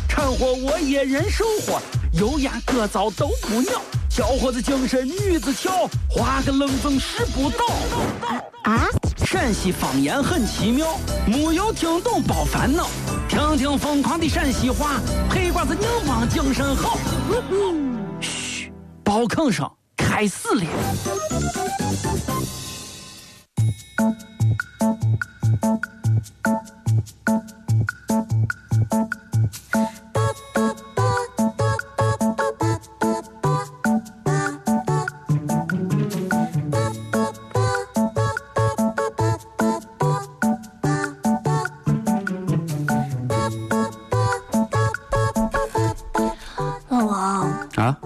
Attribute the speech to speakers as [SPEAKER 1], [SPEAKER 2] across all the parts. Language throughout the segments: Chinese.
[SPEAKER 1] 掺和我也人生活，油盐各糟都不尿，小伙子精神女子俏，花个愣风使不倒。
[SPEAKER 2] 啊，
[SPEAKER 1] 陕西方言很奇妙，没有听懂别烦恼，听听疯狂的陕西话，黑瓜子硬邦精神好。嘘，包吭声开始了。
[SPEAKER 2] 老王，
[SPEAKER 1] 啊，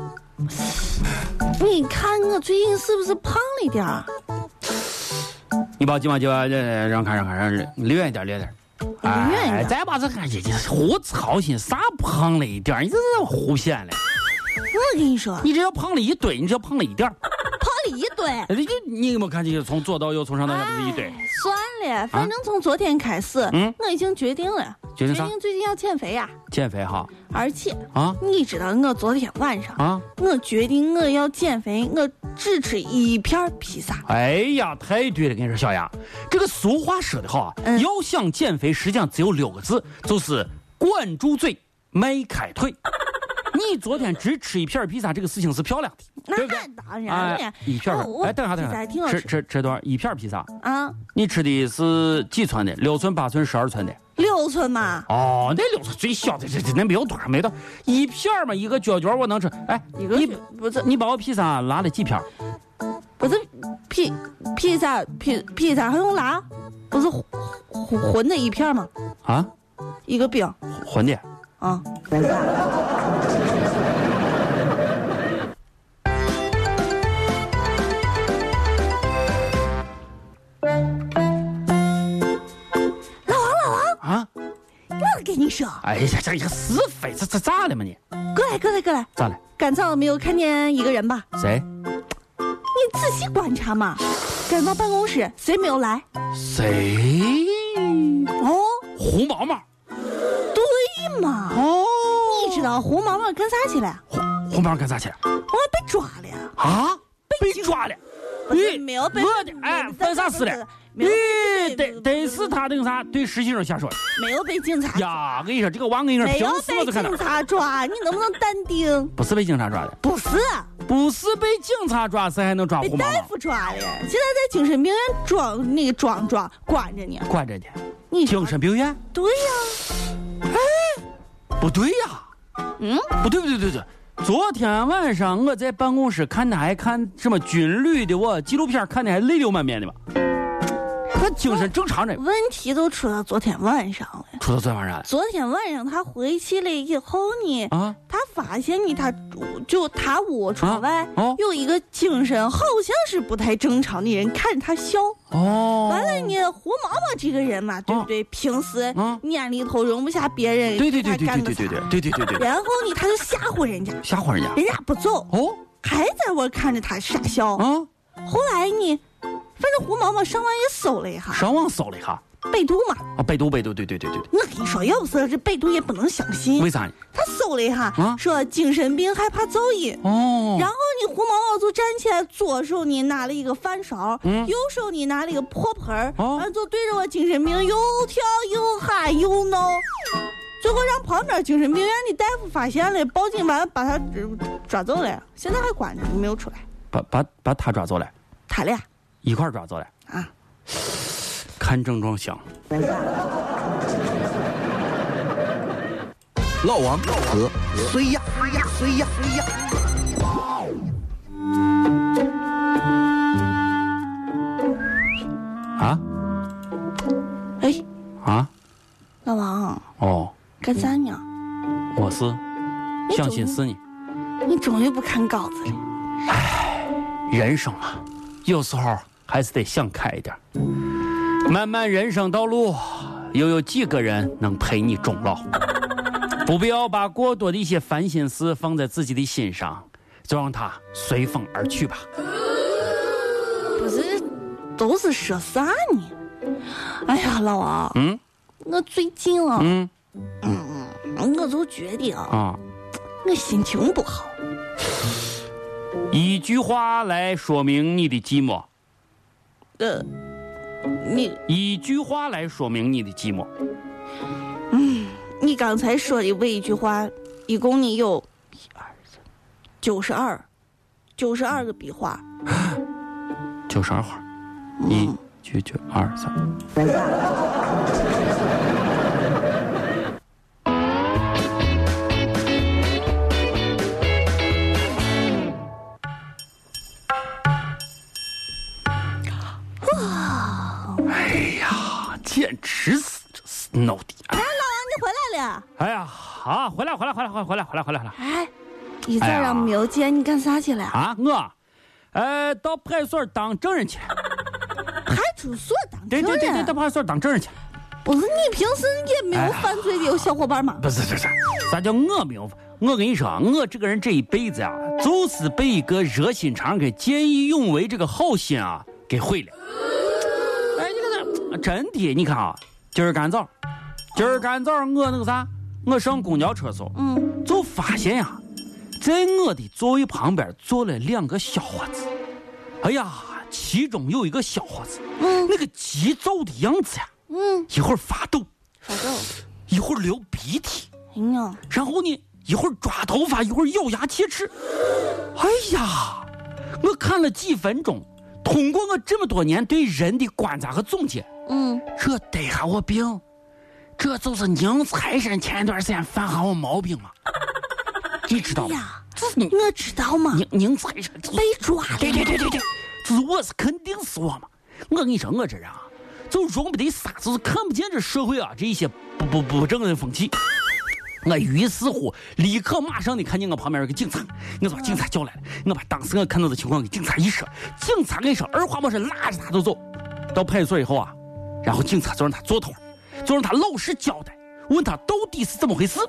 [SPEAKER 2] 你看我最近是不是胖了一点 儿？
[SPEAKER 1] 你把鸡巴鸡巴这让开让开让离远一点离远一点。
[SPEAKER 2] 离远一点
[SPEAKER 1] 再把这看这这胡操心，啥胖了一点儿？你这是胡骗了。
[SPEAKER 2] 我跟你说，
[SPEAKER 1] 你这要胖了一堆，你这要胖了一点儿。
[SPEAKER 2] 胖了一堆。
[SPEAKER 1] 哎这你有没有看这个从左到右，从上到下不是一堆？
[SPEAKER 2] 哎算了，反正从昨天开始，
[SPEAKER 1] 嗯
[SPEAKER 2] 我已经决定了，
[SPEAKER 1] 决定啥
[SPEAKER 2] 最近要减肥呀、
[SPEAKER 1] 减肥哈
[SPEAKER 2] 而且，
[SPEAKER 1] 啊
[SPEAKER 2] 你知道我昨天晚上，
[SPEAKER 1] 啊！
[SPEAKER 2] 我决定我要减肥，我只吃一片披萨。
[SPEAKER 1] 哎呀，太对了！跟你说，小杨，这个俗话说得好啊，
[SPEAKER 2] 嗯
[SPEAKER 1] 要想减肥，实际上只有六个字，就是管住嘴，迈开 腿。你昨天只吃一片披萨，这个事情是漂亮的，
[SPEAKER 2] 那
[SPEAKER 1] 对不对？
[SPEAKER 2] 当然
[SPEAKER 1] 哎
[SPEAKER 2] 了，，
[SPEAKER 1] 一片儿
[SPEAKER 2] 哦我
[SPEAKER 1] 哎，等一下，等一
[SPEAKER 2] 披萨
[SPEAKER 1] 下，
[SPEAKER 2] 挺好
[SPEAKER 1] 吃
[SPEAKER 2] 吃
[SPEAKER 1] 吃吃多少？一片披萨，
[SPEAKER 2] 啊，
[SPEAKER 1] 你吃的是几寸的？六寸、八寸、十二寸的？
[SPEAKER 2] 六寸嘛，
[SPEAKER 1] 哦，那六寸最小的，这这那没有多少，没到一片儿嘛，一个角角我能吃。哎，
[SPEAKER 2] 一个
[SPEAKER 1] 你
[SPEAKER 2] 是不是
[SPEAKER 1] 你把我披萨拉了几片儿？
[SPEAKER 2] 不是披披萨披披萨还用拉，不是混混混的一片吗？
[SPEAKER 1] 啊，
[SPEAKER 2] 一个饼
[SPEAKER 1] 混的。
[SPEAKER 2] 啊，
[SPEAKER 1] 啊，
[SPEAKER 2] 我跟你说，
[SPEAKER 1] 哎呀，这一个是非，这这咋了嘛你？
[SPEAKER 2] 过来过来过来，
[SPEAKER 1] 咋了？
[SPEAKER 2] 赶早没有看见一个人吧？
[SPEAKER 1] 谁？
[SPEAKER 2] 你仔细观察嘛，赶到办公室谁没有来？
[SPEAKER 1] 谁？
[SPEAKER 2] 哦，
[SPEAKER 1] 胡毛毛。
[SPEAKER 2] 对嘛，
[SPEAKER 1] 哦，
[SPEAKER 2] 你知道胡毛毛干啥去了？
[SPEAKER 1] 胡胡毛毛干啥去了？
[SPEAKER 2] 我被抓了呀！
[SPEAKER 1] 啊？被抓了。
[SPEAKER 2] 不是没有被
[SPEAKER 1] 我的哎，
[SPEAKER 2] 没
[SPEAKER 1] 犯啥事了？
[SPEAKER 2] 没有
[SPEAKER 1] 咦，
[SPEAKER 2] 被被
[SPEAKER 1] 得得是他那个啥，对实习生下手了
[SPEAKER 2] 没有被警察
[SPEAKER 1] 呀！我跟你说，这个娃，我跟你说，
[SPEAKER 2] 没
[SPEAKER 1] 平
[SPEAKER 2] 有
[SPEAKER 1] 时我
[SPEAKER 2] 被
[SPEAKER 1] 就看到
[SPEAKER 2] 警，察抓，你能不能淡定？
[SPEAKER 1] 不是被警察抓的，
[SPEAKER 2] 不是，
[SPEAKER 1] 不是被警察抓，谁还能抓
[SPEAKER 2] 被
[SPEAKER 1] 胡毛
[SPEAKER 2] 大
[SPEAKER 1] 毛？
[SPEAKER 2] 夫抓的，现在在精神病院装那个装装关着呢。
[SPEAKER 1] 关着呢，
[SPEAKER 2] 你
[SPEAKER 1] 精神病院？
[SPEAKER 2] 对呀，
[SPEAKER 1] 不对呀。
[SPEAKER 2] 嗯，
[SPEAKER 1] 不对不对不对不对，昨天晚上我在办公室看他还看什么军旅的我纪录片，看的还泪流满面的吧。他精神正常着，
[SPEAKER 2] 问题都出到昨天晚上了。
[SPEAKER 1] 出到这玩意儿来
[SPEAKER 2] 昨天晚上他回去了以后呢，
[SPEAKER 1] 啊！
[SPEAKER 2] 他发现呢，他就他屋窗外
[SPEAKER 1] 啊哦
[SPEAKER 2] 有一个精神好像是不太正常的人看着他笑。完
[SPEAKER 1] 哦，
[SPEAKER 2] 了呢，胡毛毛这个人嘛，对不对？平时
[SPEAKER 1] 啊
[SPEAKER 2] 眼里头容不下别人，
[SPEAKER 1] 对对对
[SPEAKER 2] 给
[SPEAKER 1] 对
[SPEAKER 2] 他干
[SPEAKER 1] 对
[SPEAKER 2] 个
[SPEAKER 1] 对对
[SPEAKER 2] 啥
[SPEAKER 1] 对对对对对，
[SPEAKER 2] 然后呢，他就吓唬人家，
[SPEAKER 1] 吓唬人家
[SPEAKER 2] 人家不走，
[SPEAKER 1] 哦
[SPEAKER 2] 还在我看着他傻笑。
[SPEAKER 1] 啊！
[SPEAKER 2] 后来呢，反正胡毛毛上网也搜了一下，
[SPEAKER 1] 上网搜了一下
[SPEAKER 2] 百度嘛，
[SPEAKER 1] 啊，百度百度，对对对对对，
[SPEAKER 2] 我跟你说，要不是这百度也不能相信
[SPEAKER 1] 为。啥呢？
[SPEAKER 2] 他搜了一下
[SPEAKER 1] 啊，
[SPEAKER 2] 说精神病害怕噪音。
[SPEAKER 1] 哦
[SPEAKER 2] 然后呢，胡毛毛就站起来，左手呢拿了一个饭勺，
[SPEAKER 1] 嗯
[SPEAKER 2] 右手呢拿了一个破盆儿，
[SPEAKER 1] 哦嗯
[SPEAKER 2] 完、就对着我精神病又跳又喊又闹。最后让旁边精神病院的大夫发现了，报警完把他呃抓走了，现在还关着没有出来。
[SPEAKER 1] 把把把他抓走了，
[SPEAKER 2] 他俩
[SPEAKER 1] 一块儿抓走了，
[SPEAKER 2] 啊，
[SPEAKER 1] 看症状行。
[SPEAKER 3] 老王和谁呀？谁呀？谁呀？
[SPEAKER 1] 啊
[SPEAKER 2] 哎，
[SPEAKER 1] 啊
[SPEAKER 2] 老王
[SPEAKER 1] 哦，
[SPEAKER 2] 干啥呢？
[SPEAKER 1] 我是
[SPEAKER 2] 你
[SPEAKER 1] 相信是你。
[SPEAKER 2] 你终于不看稿子了。
[SPEAKER 1] 人生啊，有时候还是得想开一点儿。漫漫人生道路，又有几个人能陪你终老？不必要把过多的一些烦心事放在自己的心上，就让它随风而去吧。
[SPEAKER 2] 不是，都是说啥呢？哎呀，老王，
[SPEAKER 1] 嗯
[SPEAKER 2] 我最近啊，
[SPEAKER 1] 嗯
[SPEAKER 2] 我就觉得啊，
[SPEAKER 1] 啊，
[SPEAKER 2] 我心情不好。
[SPEAKER 1] 一句话来说明你的寂寞，
[SPEAKER 2] 呃，你
[SPEAKER 1] 一句话来说明你的寂寞。
[SPEAKER 2] 你刚才说的每一句话，一共你有九十二，九十二个笔画。
[SPEAKER 1] 九十二花，一九九二三。哎呀，简直是这是闹的！
[SPEAKER 2] 你回来了？
[SPEAKER 1] 啊哎呀，啊，回来回来回来回来回来回来回来回来
[SPEAKER 2] 哎，一
[SPEAKER 1] 哎
[SPEAKER 2] 早
[SPEAKER 1] 呀
[SPEAKER 2] 上没有见，你干啥去了？
[SPEAKER 1] 啊！我，呃，到派出所当证人去了。
[SPEAKER 2] 派出所当
[SPEAKER 1] 对
[SPEAKER 2] 证
[SPEAKER 1] 对对对，到
[SPEAKER 2] 人？
[SPEAKER 1] 派出所当证人去了。
[SPEAKER 2] 不是你平时也没有犯罪的有小伙伴吗？
[SPEAKER 1] 不是不是，啥叫我没有？我跟你说啊，我这个人这一辈子啊，就是被一个热心肠给见义勇为这个好心啊给毁了。哎，你看这真的，你看啊，今儿干早，今儿干早我那个啥，我上公交车时候
[SPEAKER 2] 嗯，
[SPEAKER 1] 就发现呀、在我的座位旁边坐了两个小伙子。哎呀，其中有一个小伙子，
[SPEAKER 2] 嗯
[SPEAKER 1] 那个急躁的样子呀、
[SPEAKER 2] 嗯，
[SPEAKER 1] 一会儿发抖，
[SPEAKER 2] 反正，
[SPEAKER 1] 一会儿流鼻涕。
[SPEAKER 2] 哎呀，
[SPEAKER 1] 然后呢，一会儿抓头发，一会儿咬牙切齿。哎呀，我看了几分钟，通过我这么多年对人的观察和总结，
[SPEAKER 2] 嗯，
[SPEAKER 1] 这得下我病，这就是宁财神前一段时间犯下我毛病了，你知道
[SPEAKER 2] 哎
[SPEAKER 1] 吗？
[SPEAKER 2] 呀，哎我知道嘛，
[SPEAKER 1] 宁宁财神就是
[SPEAKER 2] 被抓了。
[SPEAKER 1] 对对对对对，就是我是肯定是我嘛。我跟你说，我这人啊，就容不得啥，就是看不见这社会啊这一些不不不正的风气。我于是乎立刻马上的看见我旁边有个警察，我把警察叫来了，我把当时我看到的情况给警察一说，警察跟你说二话没说拉着他就走。到派出所以后啊，然后警察就让他坐会儿，就让他老实交代，问他到底是怎么回事。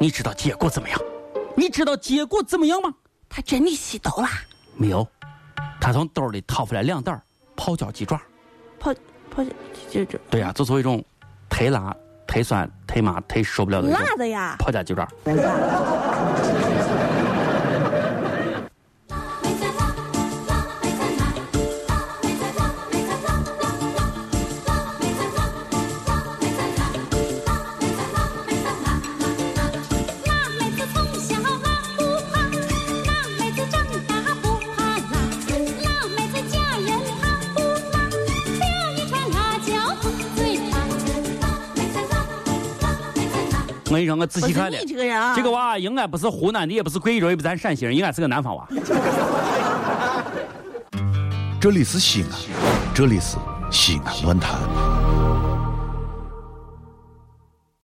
[SPEAKER 1] 你知道结果怎么样？你知道结果怎么样吗？
[SPEAKER 2] 他真的吸毒啦？
[SPEAKER 1] 没有，他从兜里掏出来两袋儿泡椒鸡爪。
[SPEAKER 2] 跑跑这这
[SPEAKER 1] 对呀、就作为一种忒辣、忒酸、忒麻、忒受不了的一种
[SPEAKER 2] 辣的呀！
[SPEAKER 1] 泡椒鸡爪。
[SPEAKER 4] 那妹子从小浪不怕，那妹子长大不怕辣，那妹子嫁人她不怕，挑一串辣椒不最怕。
[SPEAKER 1] 我跟你说，我仔
[SPEAKER 2] 不是
[SPEAKER 1] 细看了
[SPEAKER 2] 你，这个人啊，
[SPEAKER 1] 这个娃应该不是湖南的，也不是贵州，也不是咱陕西人，应该是个南方娃。
[SPEAKER 5] 这里是西安，这里是西安论坛。